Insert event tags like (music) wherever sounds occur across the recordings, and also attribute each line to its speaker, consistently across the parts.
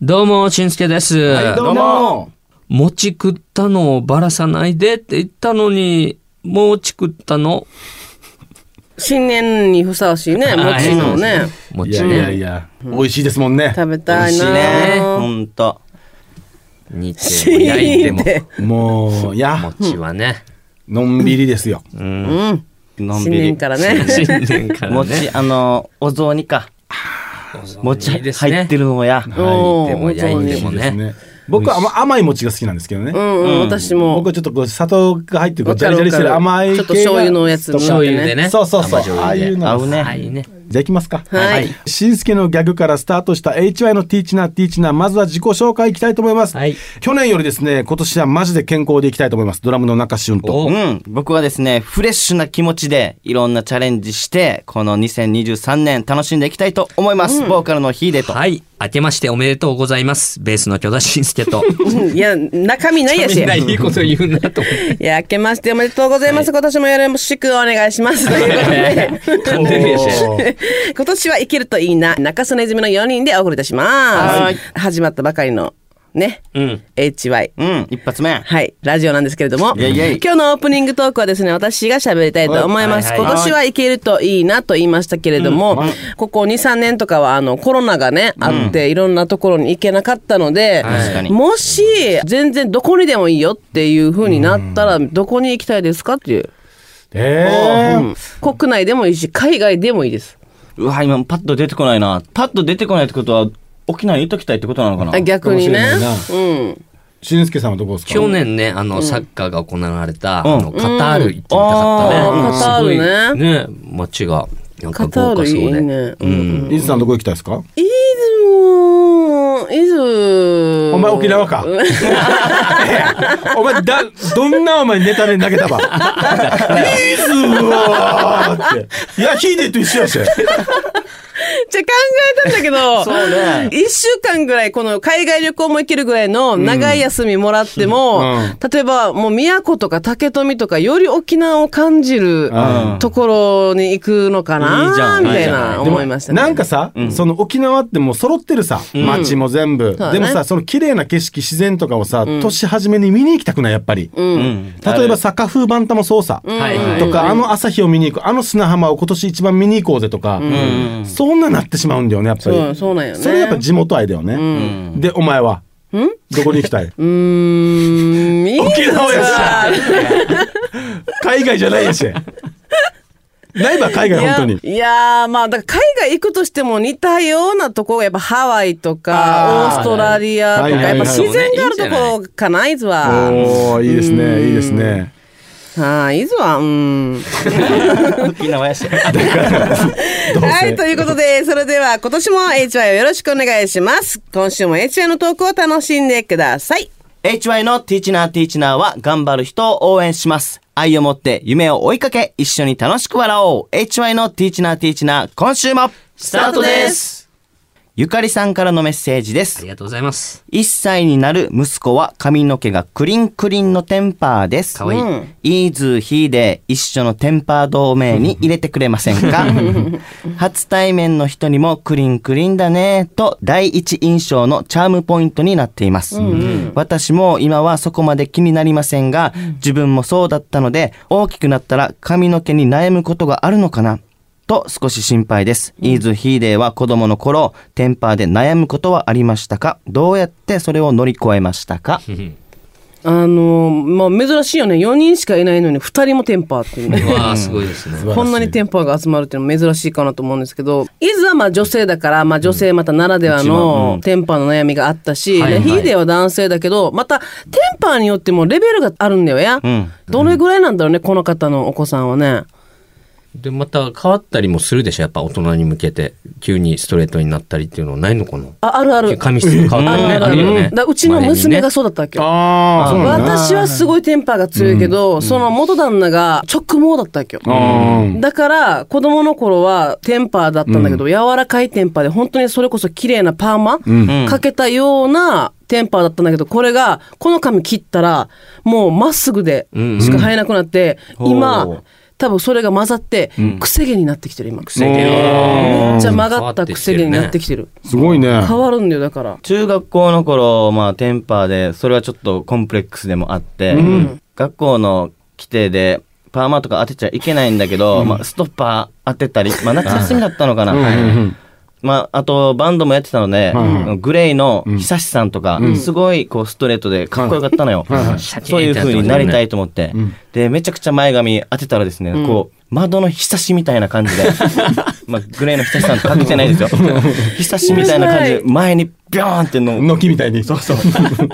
Speaker 1: どうも、しんすけです。
Speaker 2: どうも
Speaker 1: 餅食ったのをばらさないでって言ったのに、もう食ったの
Speaker 3: 新年にふさわしいね、
Speaker 1: はい
Speaker 3: 餅のね。
Speaker 2: い
Speaker 1: 餅
Speaker 2: やいやい
Speaker 1: ね。
Speaker 2: や、美味しいですもんね。
Speaker 3: 食べ
Speaker 4: 美
Speaker 3: た
Speaker 4: 味
Speaker 3: い
Speaker 4: しい
Speaker 3: な。
Speaker 4: ね。ほんと。
Speaker 1: 煮ても焼いても、
Speaker 2: もう、い
Speaker 1: (laughs)
Speaker 2: や、
Speaker 1: 餅は
Speaker 3: (laughs)
Speaker 1: ね。
Speaker 2: のんびりですよ。
Speaker 3: うん。
Speaker 4: のん
Speaker 3: 新
Speaker 4: びり
Speaker 3: 年。か
Speaker 1: (laughs)
Speaker 3: らね。
Speaker 1: 新年から
Speaker 4: 餅
Speaker 1: ね。、
Speaker 4: あの、お雑煮か。餅
Speaker 1: いいですね
Speaker 4: 入ってるのや。
Speaker 3: お
Speaker 1: でも
Speaker 3: ー
Speaker 1: 焼いても
Speaker 2: いいです
Speaker 1: ね。
Speaker 2: ね。僕はあま甘い餅が好きなんですけどね。
Speaker 3: うんうん、私も
Speaker 2: 僕。はちょっとこう砂糖が入ってるこう
Speaker 3: わ
Speaker 2: ジ
Speaker 3: か
Speaker 2: ャリジャリ
Speaker 3: るわ
Speaker 2: し
Speaker 3: か
Speaker 2: て
Speaker 3: る
Speaker 2: る甘い
Speaker 3: ちょっと醤油のやつ
Speaker 2: と
Speaker 3: 塗
Speaker 1: 醤
Speaker 3: って
Speaker 1: 油で
Speaker 3: ね。
Speaker 1: ね。
Speaker 2: そうそうそう
Speaker 1: 甘醤油
Speaker 2: ああいう
Speaker 1: で。
Speaker 2: の
Speaker 4: 合うね。
Speaker 1: あいね。
Speaker 2: じゃあ行きますか。
Speaker 3: はいい。
Speaker 2: しんすけのギャグからスタートした HY のティーチナーティーチナーまずは自己紹介いきたいと思います、
Speaker 1: はい
Speaker 2: 去年よりですね今年はマジで健康でいきたいと思いますドラムの中俊と
Speaker 1: お
Speaker 4: うん、僕はですね、フレッシュな気持ちでいろんなチャレンジして、この2023年楽しんでいきたいと思います。ボーカルのヒーデと。
Speaker 1: はい。明けましておめでとうございます。ベースの巨田しんすけと。
Speaker 3: うんいや、中身ないやし。
Speaker 1: みんないいいこと言うなと思って。
Speaker 3: や、明けましておめでとうございます。今年もよろしくお願いします。ということで (laughs)
Speaker 1: 噛んでるやし。
Speaker 3: 今年は生きるといいな。中曽根泉の4人でお送りいたしま
Speaker 4: はい
Speaker 3: す。始まったばかりの、ね。
Speaker 1: うん。
Speaker 3: HY。
Speaker 4: うん、一発目。
Speaker 3: はい、ラジオなんですけれども、
Speaker 4: イェイイェイ
Speaker 3: 今日のオープニングトークはですね、私が喋りたいと思います。
Speaker 1: はいはいはい
Speaker 3: 今年はいけるといいなと言いましたけれども、ここ2、3年とかはあのコロナがね、あって、いろんなところに行けなかったので、
Speaker 1: はい
Speaker 4: 確かに
Speaker 3: もし、全然どこにでもいいよっていう風になったら、どこに行きたいですかっていう。
Speaker 2: えー
Speaker 3: 国内でもいいし、海外でもいいです。
Speaker 4: うわ、今パッと出てこないな。パッと出てこないってことは、沖縄にいときたいってことなのかな
Speaker 3: あ逆にね
Speaker 2: 面。
Speaker 3: うん。
Speaker 2: しんすけさんはどこですか
Speaker 1: 去年ね、あの、サッカーが行われた、
Speaker 4: ん
Speaker 1: あの、カタール行ってみたか
Speaker 3: あーカタ
Speaker 1: ったね。
Speaker 3: ール
Speaker 1: ね。ね、街が、なんか
Speaker 3: カタ
Speaker 1: 豪華
Speaker 3: ー
Speaker 1: そう
Speaker 3: ルいい
Speaker 1: で。
Speaker 3: ね。うん
Speaker 2: 伊豆さんどこ行きたいですか
Speaker 3: 伊豆も、伊豆。
Speaker 2: お前沖縄か (laughs) お前だどんなお前ネタで投げた
Speaker 3: (laughs)
Speaker 2: ばいいっすわーっていやヒーデと一緒やし
Speaker 3: じゃ考えたんだ
Speaker 2: (laughs)
Speaker 3: けど、
Speaker 4: そうね
Speaker 3: 一週間ぐらい、この海外旅行も行けるぐらいの長い休みもらっても、
Speaker 2: うん
Speaker 3: 例えばもう宮古とか竹富とか、より沖縄を感じる
Speaker 2: うん
Speaker 3: ところに行くのか
Speaker 4: いいじ
Speaker 3: な、
Speaker 4: ゃん
Speaker 3: みたい
Speaker 4: いいじ
Speaker 3: な
Speaker 4: ゃ
Speaker 3: 思いましたね。
Speaker 2: なんかさ、その沖縄ってもう揃ってるさ、街も全部、
Speaker 3: だね
Speaker 2: でもさその綺麗な景色自然とかをさ、年初めに見に行きたくないやっぱり、
Speaker 4: うん。
Speaker 2: 例えばサカフーバンタもそうさ、
Speaker 1: はいはい。
Speaker 2: とか、あの朝日を見に行くあの砂浜を今年一番見に行こうぜとか、そんななってしまうんだよねやっぱり
Speaker 3: そうそうなんよね
Speaker 2: それやっぱ地元愛だよね、でお前はどこに行きたい
Speaker 3: うーん、いい
Speaker 2: 沖縄やし海外じゃないやしないば海外
Speaker 3: いや
Speaker 2: 本当に
Speaker 3: いやーまあだから海外行くとしても似たようなとこやっぱハワイとか
Speaker 2: あー
Speaker 3: オーストラリアとか
Speaker 2: はいはいは
Speaker 3: や
Speaker 2: い
Speaker 3: っぱ自然があるところかな伊豆は。
Speaker 2: おおいいですねいいですね
Speaker 3: はい伊豆はうん。
Speaker 4: (laughs) 沖縄やし。
Speaker 2: どうせ
Speaker 3: はいということでそれでは今年も HY をよろしくお願いします。今週も HY のトークを楽しんでください。
Speaker 4: HY のティーチナーティーチナーは頑張る人を応援します。愛を持って夢を追いかけ、一緒に楽しく笑おう。HY のティーチナーティーチナー、今週もス
Speaker 3: タートです
Speaker 4: ゆかりさんからのメッセージで
Speaker 1: あ
Speaker 4: す。
Speaker 1: りがとうございます。
Speaker 4: 1歳になる息子は髪の毛がクリンクリンのテンパーです。
Speaker 1: かわいい
Speaker 4: うんイーズーヒーで一緒のテンパー同盟に入れてくれません (laughs) か初対面の人にもクリンクリンだねと第一印象のチャームポイントになっています、私も今はそこまで気になりませんが自分もそうだったので大きくなったら髪の毛に悩むことがあるのかなと少し心配です。イーズヒーデーは子供の頃、テンパーで悩むことはありましたかどうやってそれを乗り越えました (laughs) か
Speaker 3: あのーまあ珍しいよね4人しかいないのに2人もテンパーっていうね。
Speaker 1: うわあ、すごいですね。
Speaker 3: こんなにテンパーが集まるっていうのも珍しいかなと思うんですけど、伊豆はまあ女性だから、まあ女性またならではのテンパーの悩みがあったし、
Speaker 1: はいはい
Speaker 3: でヒーデーは男性だけど、またテンパーによってもレベルがあるんだよや。
Speaker 4: ん
Speaker 3: どれぐらいなんだろうね、この方のお子さんはね。
Speaker 1: で、また変わったりもするでしょやっぱ大人に向けて。急にストレートになったりっていうのはないのかな
Speaker 3: あ、あるある。
Speaker 1: 髪質変わったりね。
Speaker 3: あるあ
Speaker 1: あるよ
Speaker 3: る。
Speaker 1: ね
Speaker 3: だ。からうちの娘が
Speaker 1: 前
Speaker 3: そうだったわけよ。
Speaker 2: ああそうなんだ
Speaker 3: 私はすごいテンパーが強いけど、その元旦那が直毛だったわけよ。
Speaker 2: うん
Speaker 3: だから子供の頃はテンパーだったんだけど、柔らかいテンパーで本当にそれこそ綺麗なパーマ、かけたようなテンパーだったんだけどこれがこの髪切ったらもうまっすぐでしか生えなくなって、
Speaker 4: うん
Speaker 3: 今
Speaker 4: ほう
Speaker 3: 多分それが混ざって、くせ毛になってきてる今。
Speaker 1: 癖毛が
Speaker 3: めっちゃ曲がったくせ毛になってきてる。
Speaker 2: すごいね。
Speaker 3: 変わるんだよだから。
Speaker 4: 中学校の頃、まあ、テンパーで、それはちょっとコンプレックスでもあって、学校の規定で、パーマとか当てちゃいけないんだけど、まあ、ストッパー当てたり、まあ、夏休みだったのかな。はいまあ、あと、バンドもやってたので、グレイの久志さんとか、すごい、こう、ストレートでかっこよかったのよ。そういう風になりたいと思って。で、めちゃくちゃ前髪当てたらですね、こう、窓のひさしみたいな感じで、
Speaker 3: (laughs)
Speaker 4: まあ、グレイのひさしさんとかけてないですよ。ひさしみたいな感じで、前にビョーンっての、
Speaker 3: (laughs)
Speaker 2: 軒みたいに。そうそう。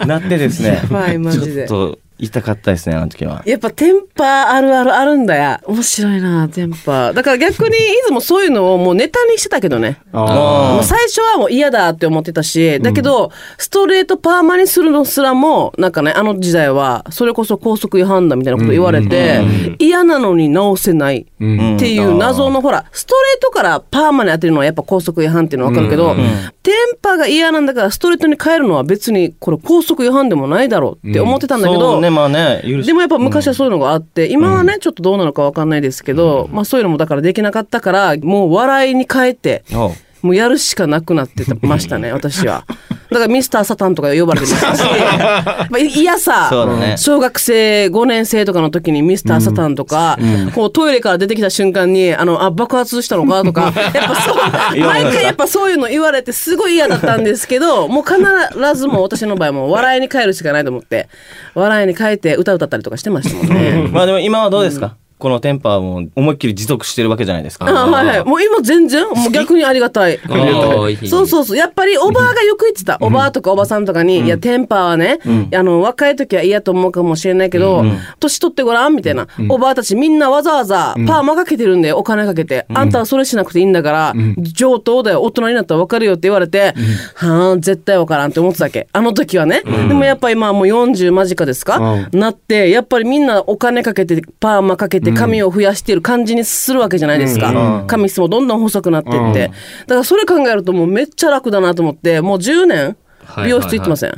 Speaker 4: なってですね、
Speaker 3: はいマジ
Speaker 4: ちょっ
Speaker 3: で。
Speaker 4: と痛かったですね、あの時は。
Speaker 3: やっぱテンパあるあるあるんだよ。面白いな、テンパ。だから逆に、いつもそういうのをもうネタにしてたけどね。もう最初はもう嫌だって思ってたし、だけど、ストレートパーマにするのすらも、なんかね、あの時代は、それこそ高速違反だみたいなこと言われて、嫌なのに直せないっていう謎の、ほら、ストレートからパーマに当てるのはやっぱ高速違反っていうのはわかるけど、テンパが嫌なんだからストレートに変えるのは別に、これ高速違反でもないだろうって思ってたんだけ
Speaker 4: そ
Speaker 3: ど、
Speaker 4: うね、まあね、許す
Speaker 3: でもやっぱ昔はそういうのがあって、今はね、ちょっとどうなのかわかんないですけど、まあそういうのもだからできなかったから、もう笑いに変えて、
Speaker 4: おう
Speaker 3: もうやるしかなくなってたま (laughs) したね、私は。だからミスターサタンとか呼ばれてましたし、 (laughs) やっぱいやさ
Speaker 4: そうだ、ね
Speaker 3: 小学生5年生とかの時にミスターサタンとか、こうトイレから出てきた瞬間に、あの、あ、爆発したのかと (laughs) か、やっぱ (laughs) そう、毎回やっぱそういうの言われてすごい嫌だったんですけど、もう必ずもう私の場合もう笑いに変えるしかないと思って、笑いに変えて歌歌ったりとかしてましたもんね。
Speaker 4: まあでも今はどうですかこのテンパーも思いっきり持続してるわけじゃないですか。
Speaker 3: あはいはい。もう今全然、もう逆にありがたい。
Speaker 1: あー
Speaker 3: そうそうそう。やっぱりおばあがよく言ってた。おばあとかおばさんとかに、いや、テンパはね、あの、若い時は嫌と思うかもしれないけど、年取ってごらんみたいな。おばあたちみんなわざわざパーマかけてるんで、お金かけて。あんたはそれしなくていいんだから、上等だよ。大人になったらわかるよって言われて、はあ、絶対わからんって思ってたわけ。あの時はね。でもやっぱ今はもう40間近ですかなって、やっぱりみんなお金かけて、パーマかけて、髪を増やしてる感じにするわけじゃないですか。髪質もどんどん細くなってって。だからそれ考えるともうめっちゃ楽だなと思って、もう10年
Speaker 1: はいはいは、い
Speaker 3: 美容室行ってません。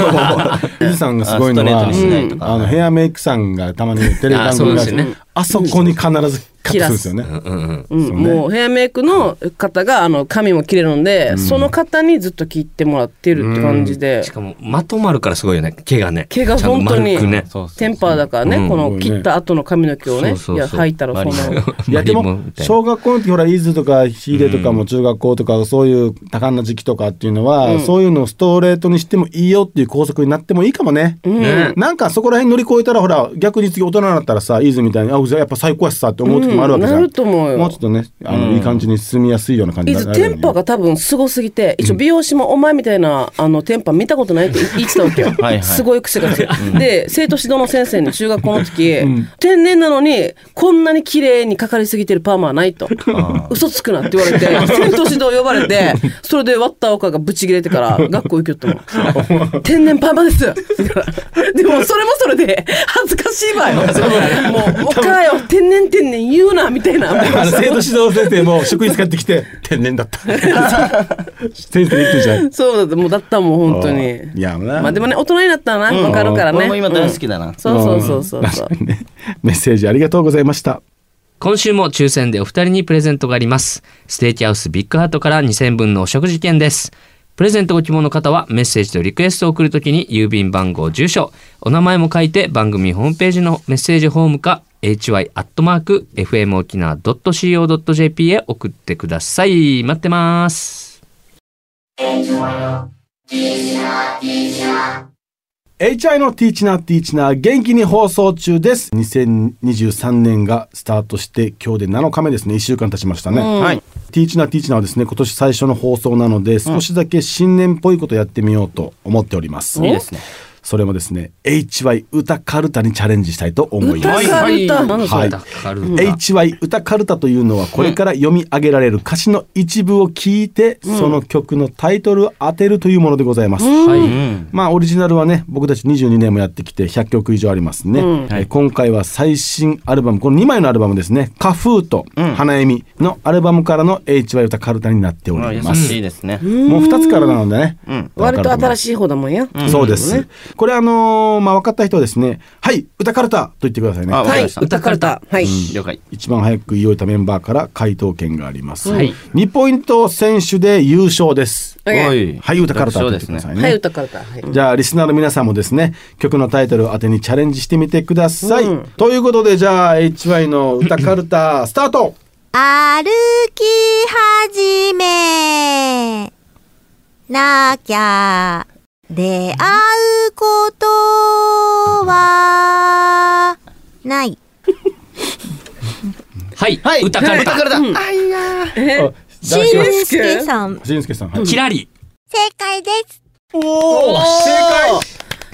Speaker 2: 富士山がすごいの
Speaker 4: あ
Speaker 2: は
Speaker 4: ストレートにしないと、か
Speaker 2: あのヘアメイクさんがたまにテレビ番
Speaker 1: あそう
Speaker 2: 組が
Speaker 1: ですよね
Speaker 2: あそこに必ずカットするんですよね。
Speaker 1: うんうん。
Speaker 3: うんもうヘアメイクの方があの髪も切れるので、その方にずっと切ってもらってるって感じで、
Speaker 1: しかも、まとまるからすごいよね、毛がね。
Speaker 3: 毛が本当に
Speaker 1: ちゃんと丸くね。
Speaker 4: そうそう
Speaker 3: テンパーだからね、
Speaker 1: うん
Speaker 3: この切った後の髪の毛をね、
Speaker 1: そうそうそう
Speaker 3: いや吐いたらその。
Speaker 2: いやで
Speaker 1: マリ
Speaker 2: も
Speaker 1: モみたいな
Speaker 2: 小学校の時ほら伊豆とか秀でとかも中学校とかそういう多感な時期とかっていうのは、そういうのをストレートにしてもいいよっていう校則になってもいいかもね。
Speaker 1: ね
Speaker 2: なんかそこら辺乗り越えたらほら逆に次大人になったらさ伊豆みたいにあやっぱ最高やしさって思う時もあるわけじゃん。
Speaker 3: うんなると思うよ
Speaker 2: もうちょっとねあの、いい感じに進みやすいような感じ
Speaker 3: い
Speaker 2: にな
Speaker 3: つ
Speaker 2: るよ
Speaker 3: テ
Speaker 2: ね
Speaker 3: ンパが多分すごすぎて、一応美容師もお前みたいなあのテンパ見たことな
Speaker 2: (laughs)
Speaker 3: いって言ってたわけよ。
Speaker 4: いはい
Speaker 3: すごい癖が強い。で、生徒指導の先生に中学校の時、天然なのにこんなに綺麗にかかりすぎてるパーマはないと。嘘つくなって言われて、生徒指導呼ばれて、それで割った丘がブチ切れてから学校行きよったもん。天然パーマですだからでもそれもそれで恥ずかしい
Speaker 2: (laughs)
Speaker 3: わよ。もう、お母よ、天然天然言うなみたいな。
Speaker 2: あの生徒指導先生
Speaker 3: (laughs)
Speaker 2: も職員使ってきて天然だった先生言ってるじゃん
Speaker 3: そうだった、もうだったもん、本当に。
Speaker 2: いやな
Speaker 3: まあでもね、大人になったらな、わかるからね。
Speaker 4: 俺も今大好きだな
Speaker 3: うんそうそうそうそうそう。
Speaker 2: メッセージありがとうございました
Speaker 1: 今週も抽選でお二人にプレゼントがあります。ステーキハウスビッグハートから2000分のお食事券です。プレゼントご希望の方はメッセージとリクエストを送るときに郵便番号、住所、お名前も書いて番組ホームページのメッセージフォームか hy.fmokina.co.jp へ送ってください。待ってます。
Speaker 2: HI のティーチナーティーチナー元気に放送中です2023年がスタートして今日で7日目ですね1週間経ちましたね、はいティーチナーティーチナーはですね今年最初の放送なので少しだけ新年っぽいことやってみようと思っております、
Speaker 3: いいです
Speaker 2: ねそれもですね HY 歌カルタにチャレンジしたいと思います
Speaker 3: 歌かるた、なんだそ
Speaker 2: は
Speaker 3: れ。
Speaker 2: い
Speaker 1: だから、
Speaker 2: HY 歌カルタというのはこれから読み上げられる歌詞の一部を聞いて、その曲のタイトルを当てるというものでございます。まあオリジナルはね僕たち22年もやってきて100曲以上ありますね、えー今回は最新アルバムこの2枚のアルバムですね「カフーと花弓」のアルバムからの HY 歌カルタになってお
Speaker 4: まあ
Speaker 2: り
Speaker 4: 優
Speaker 2: ます。
Speaker 4: しいですね。
Speaker 2: もう2つからなのでね、
Speaker 3: 割と
Speaker 2: しい
Speaker 3: 新しい方だもんや。
Speaker 2: そうです。これあのーまあ分かった人はですね「はい歌かるた」と言ってくださいね
Speaker 4: あわか
Speaker 3: は
Speaker 4: り
Speaker 3: い
Speaker 4: ました
Speaker 3: 歌かるたはい、
Speaker 4: 了解。
Speaker 2: 一番早く言い終えたメンバーから回答権があります、
Speaker 1: はい
Speaker 2: 2ポイント選手で優勝です
Speaker 3: オッケー
Speaker 4: い
Speaker 2: はい歌から歌
Speaker 4: そう
Speaker 2: ってく
Speaker 4: です
Speaker 2: だ
Speaker 4: ね。
Speaker 2: さいね
Speaker 3: はい歌かるたはい
Speaker 2: じゃあリスナーの皆さんもですね曲のタイトルを当てにチャレンジしてみてください、ということでじゃあ HY の歌かるたスタート
Speaker 5: 歩き始めなきゃ出会うことはない。
Speaker 1: はい、
Speaker 4: はい。
Speaker 1: 歌か
Speaker 4: は
Speaker 1: ら
Speaker 4: い歌
Speaker 1: た
Speaker 4: か。らた。
Speaker 2: あだ
Speaker 5: しん
Speaker 2: し
Speaker 5: すけさん。
Speaker 2: んすけさん、はい、
Speaker 1: キラリ。
Speaker 5: 正解です。
Speaker 2: おー正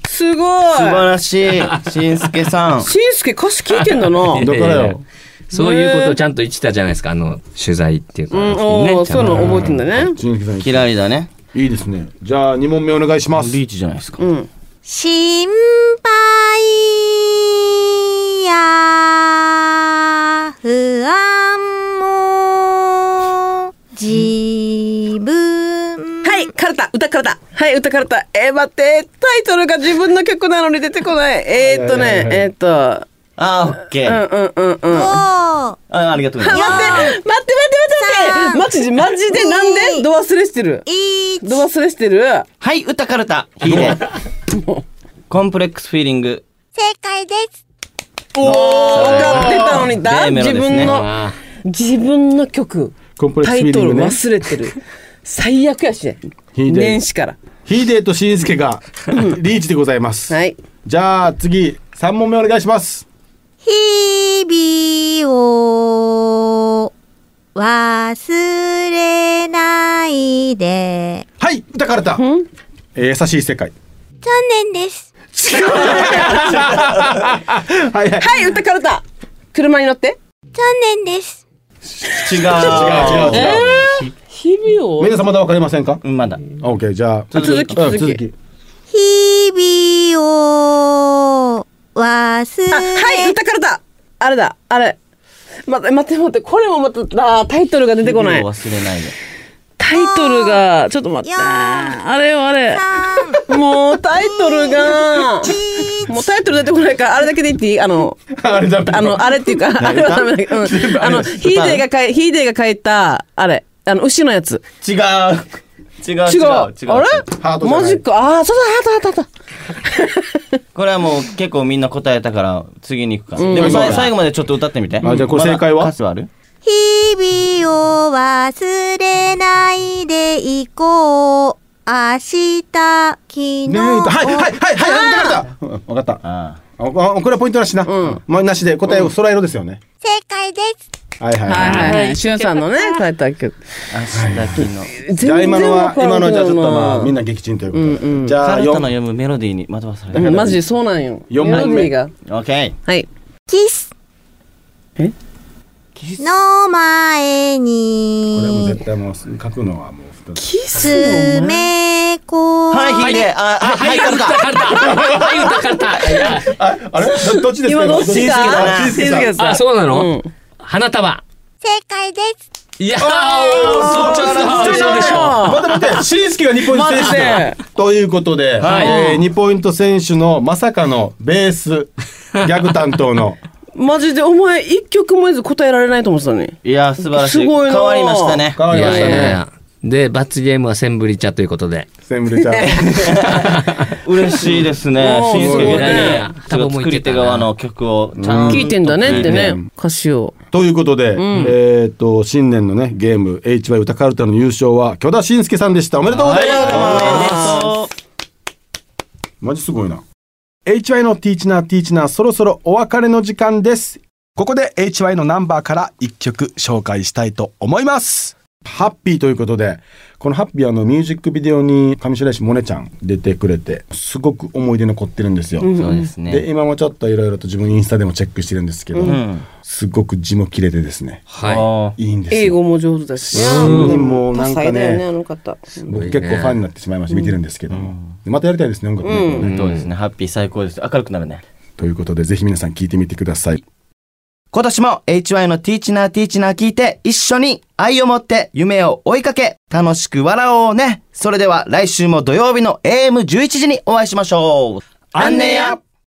Speaker 3: すご
Speaker 4: 素
Speaker 3: い
Speaker 4: 晴らしい。しんすけさん。
Speaker 3: しんすけ歌詞聞いてんだな
Speaker 2: 解だからよ、
Speaker 1: そういうことをちゃんと言ってたじゃないですか、あの、取材っていうか。
Speaker 3: うんおー
Speaker 1: ね、ちゃ
Speaker 3: そう
Speaker 1: ん
Speaker 3: いうの
Speaker 1: と
Speaker 3: 覚えてんだね
Speaker 2: しんすけさんい
Speaker 4: キラリだね。
Speaker 2: いですねじゃあ2問目お願いします
Speaker 4: リーチじゃないですか。
Speaker 3: うん
Speaker 5: 心配や不安も自分
Speaker 3: はい、カルタ、歌カルタ。はい、歌カルタ。えー、待って、タイトルが自分の曲なのに出てこない。えー、っと
Speaker 2: はいはい
Speaker 3: ね、
Speaker 2: はい
Speaker 3: えー、っと、
Speaker 4: あー、オッケ
Speaker 3: う
Speaker 4: ー。
Speaker 3: んうん
Speaker 4: あ
Speaker 3: うんうん。待
Speaker 5: を
Speaker 4: ありがとうございます。
Speaker 3: って、待って待って待って待ってマジでなんでド忘れしてる。
Speaker 5: い
Speaker 3: ド忘れしてる。
Speaker 4: はい、歌かるた。ヒーレ。コンプレックスフィーリング。
Speaker 5: 正解です。
Speaker 3: 分かってたのにだ、
Speaker 4: J メロ
Speaker 3: 自
Speaker 4: ですね
Speaker 3: 分の、
Speaker 1: あ
Speaker 3: 自分の曲、
Speaker 2: コンプレック
Speaker 3: タ
Speaker 2: スフィ
Speaker 3: イ
Speaker 2: ーリ
Speaker 3: ト
Speaker 2: ン
Speaker 3: ル
Speaker 2: グね
Speaker 3: 忘れてる。 (laughs) 最悪やしね。
Speaker 2: ひでえ
Speaker 3: 年始から。
Speaker 2: ヒーデーとしんすけがリーチでございます、
Speaker 3: はい。
Speaker 2: じゃあ次3問目お願いします
Speaker 5: 日々を忘れないで。
Speaker 2: はい歌かれた、えー優しい世界
Speaker 5: 残念です。
Speaker 2: はいはい
Speaker 3: はい、歌カルタ。車に乗って。
Speaker 5: 残念です。
Speaker 4: 違う。
Speaker 2: 違う違う違う、
Speaker 3: 日々を
Speaker 2: 皆さんまだわかりませんか
Speaker 4: うんまだ。
Speaker 2: オッケーじゃあ
Speaker 3: 続き
Speaker 2: うん
Speaker 3: 続き
Speaker 5: 日々を忘れ
Speaker 3: あ、はい、歌からだ。あれだ、あれ。ま、待って待って、これもまた、あータイトルが出てこない
Speaker 4: 日々。を忘れないで。
Speaker 3: タイトルが、ちょっと待って。
Speaker 5: いや
Speaker 3: あれよ、あれ。
Speaker 5: 三
Speaker 3: もうタイトルが、もうタイトル出てこないから、あれだけで言っていいあの、
Speaker 2: (laughs) あれだ
Speaker 3: あの、あれっていうか、あれはダメだけど、うんあの、ヒーデーが書い、ヒーデーが書いた、あれ、あの、牛のやつ。
Speaker 4: 違う。違う違
Speaker 3: 違う。
Speaker 4: う
Speaker 3: あ
Speaker 4: 違
Speaker 3: れ
Speaker 4: う
Speaker 2: ハートじゃない
Speaker 3: マジか。あー、そうそう、ハート、ハート、ハート。
Speaker 4: これはもう結構みんな答えたから次に行くか。でも
Speaker 2: そう
Speaker 4: さ
Speaker 2: だ
Speaker 4: 最後までちょっと歌ってみて。
Speaker 2: あじゃあこれ
Speaker 4: まだ
Speaker 2: 正解は
Speaker 4: 数ある
Speaker 5: 日々を忘れないでいこう。明日、昨日。
Speaker 2: ねえはいはいはいはいわかったわかった
Speaker 4: あ
Speaker 2: ああこれはポイントなしな、まあなしで答えを空色ですよね、
Speaker 5: 正解です。
Speaker 2: はいはいはい、
Speaker 3: はいはいはい。しゅんさんのね、書いた曲。
Speaker 4: あ。明日昨日。
Speaker 3: 全
Speaker 2: じゃあ今のは
Speaker 3: わからん
Speaker 2: 今のはじゃあちょっとまあ
Speaker 3: な
Speaker 2: みんな撃沈ということで、
Speaker 3: うんうん
Speaker 2: じゃ
Speaker 4: カ
Speaker 2: あ
Speaker 4: ルタの
Speaker 2: 4
Speaker 4: 読むメロディーに惑わさ
Speaker 3: う
Speaker 4: れ
Speaker 3: ん
Speaker 4: る。
Speaker 3: マジでそうなんよ。
Speaker 2: 四枚目
Speaker 3: メロディーが。
Speaker 4: オッケ
Speaker 3: はい。
Speaker 5: キス。
Speaker 4: え
Speaker 5: の前
Speaker 2: これはもう
Speaker 5: に、
Speaker 2: 絶対もう書くのはもう
Speaker 3: キス
Speaker 5: 詰め込
Speaker 4: ー。
Speaker 5: む。
Speaker 4: はい、ヒーで。あ、あ、はい、カルタ。
Speaker 1: カルタ。はい、歌かるた。
Speaker 2: ああれどどっちですか
Speaker 3: 今どっちか
Speaker 2: しんすけさんしんすけさん
Speaker 1: あ、そうな
Speaker 3: う
Speaker 1: の
Speaker 3: ん
Speaker 1: 花束。
Speaker 5: 正解です。
Speaker 1: いやー、そっちの
Speaker 2: ちょっと
Speaker 1: そうでしょ。
Speaker 2: 待って待って、シンスケが2ポイント選手だ。ということで、
Speaker 4: はい
Speaker 2: えー、2ポイント選手のまさかのベース、ギャグ担当の。
Speaker 3: マジでお前一曲もえず答えられないと思ってたね。
Speaker 4: いや、素晴らしい。
Speaker 3: すごいな
Speaker 4: 変わりましたね。
Speaker 2: 変わ
Speaker 1: い
Speaker 2: りま
Speaker 1: や
Speaker 2: し
Speaker 1: い
Speaker 2: た
Speaker 1: やい
Speaker 2: ね。
Speaker 1: や。で、罰ゲームはセンブリ茶ということで。
Speaker 2: センブリちゃん。
Speaker 4: 嬉しいですね。
Speaker 3: おー
Speaker 4: しんすけ
Speaker 3: すごい
Speaker 4: がね
Speaker 1: ね、
Speaker 4: その作り手側の曲をちゃんと
Speaker 3: 聞いてんだねって
Speaker 4: う
Speaker 3: ね、歌詞を。
Speaker 2: ということで、えっと、新年のね、ゲーム、HY 歌カルタの優勝は、許田信介さんでした。おめでとうございます。
Speaker 4: あ
Speaker 2: マジすごいな。HY のティーチナーティーチナーそろそろお別れの時間です。ここで HY のナンバーから一曲紹介したいと思います。ハッピーということで、このハッピーあのミュージックビデオに上白石萌音ちゃん出てくれて、すごく思い出残ってるんですよ。
Speaker 4: りがとうそうです
Speaker 2: で、
Speaker 4: ね。
Speaker 2: 今もちょっといろいろと自分インスタでもチェックしてるんですけど、
Speaker 4: うん。
Speaker 2: すごく字も切れてですね、
Speaker 1: はい。
Speaker 4: あ
Speaker 2: いいんですよ。
Speaker 3: 英語も上手だしね。
Speaker 2: うんもうなんか
Speaker 3: 多彩だよね、
Speaker 2: ね、
Speaker 3: あの方。
Speaker 2: 僕結構ファンになってしまいまして見てるんですけども、でまたやりたいですね、音楽ね。
Speaker 3: うん
Speaker 4: ーそうですね。ハッピー最高です。明るくなるね。
Speaker 2: ということで、ぜひ皆さん聞いてみてください。
Speaker 4: 今年も HY のティーチナーティーチナー聞いて一緒に愛を持って夢を追いかけ楽しく笑おうね。それでは来週も土曜日の AM11 時にお会いしましょう。アンネや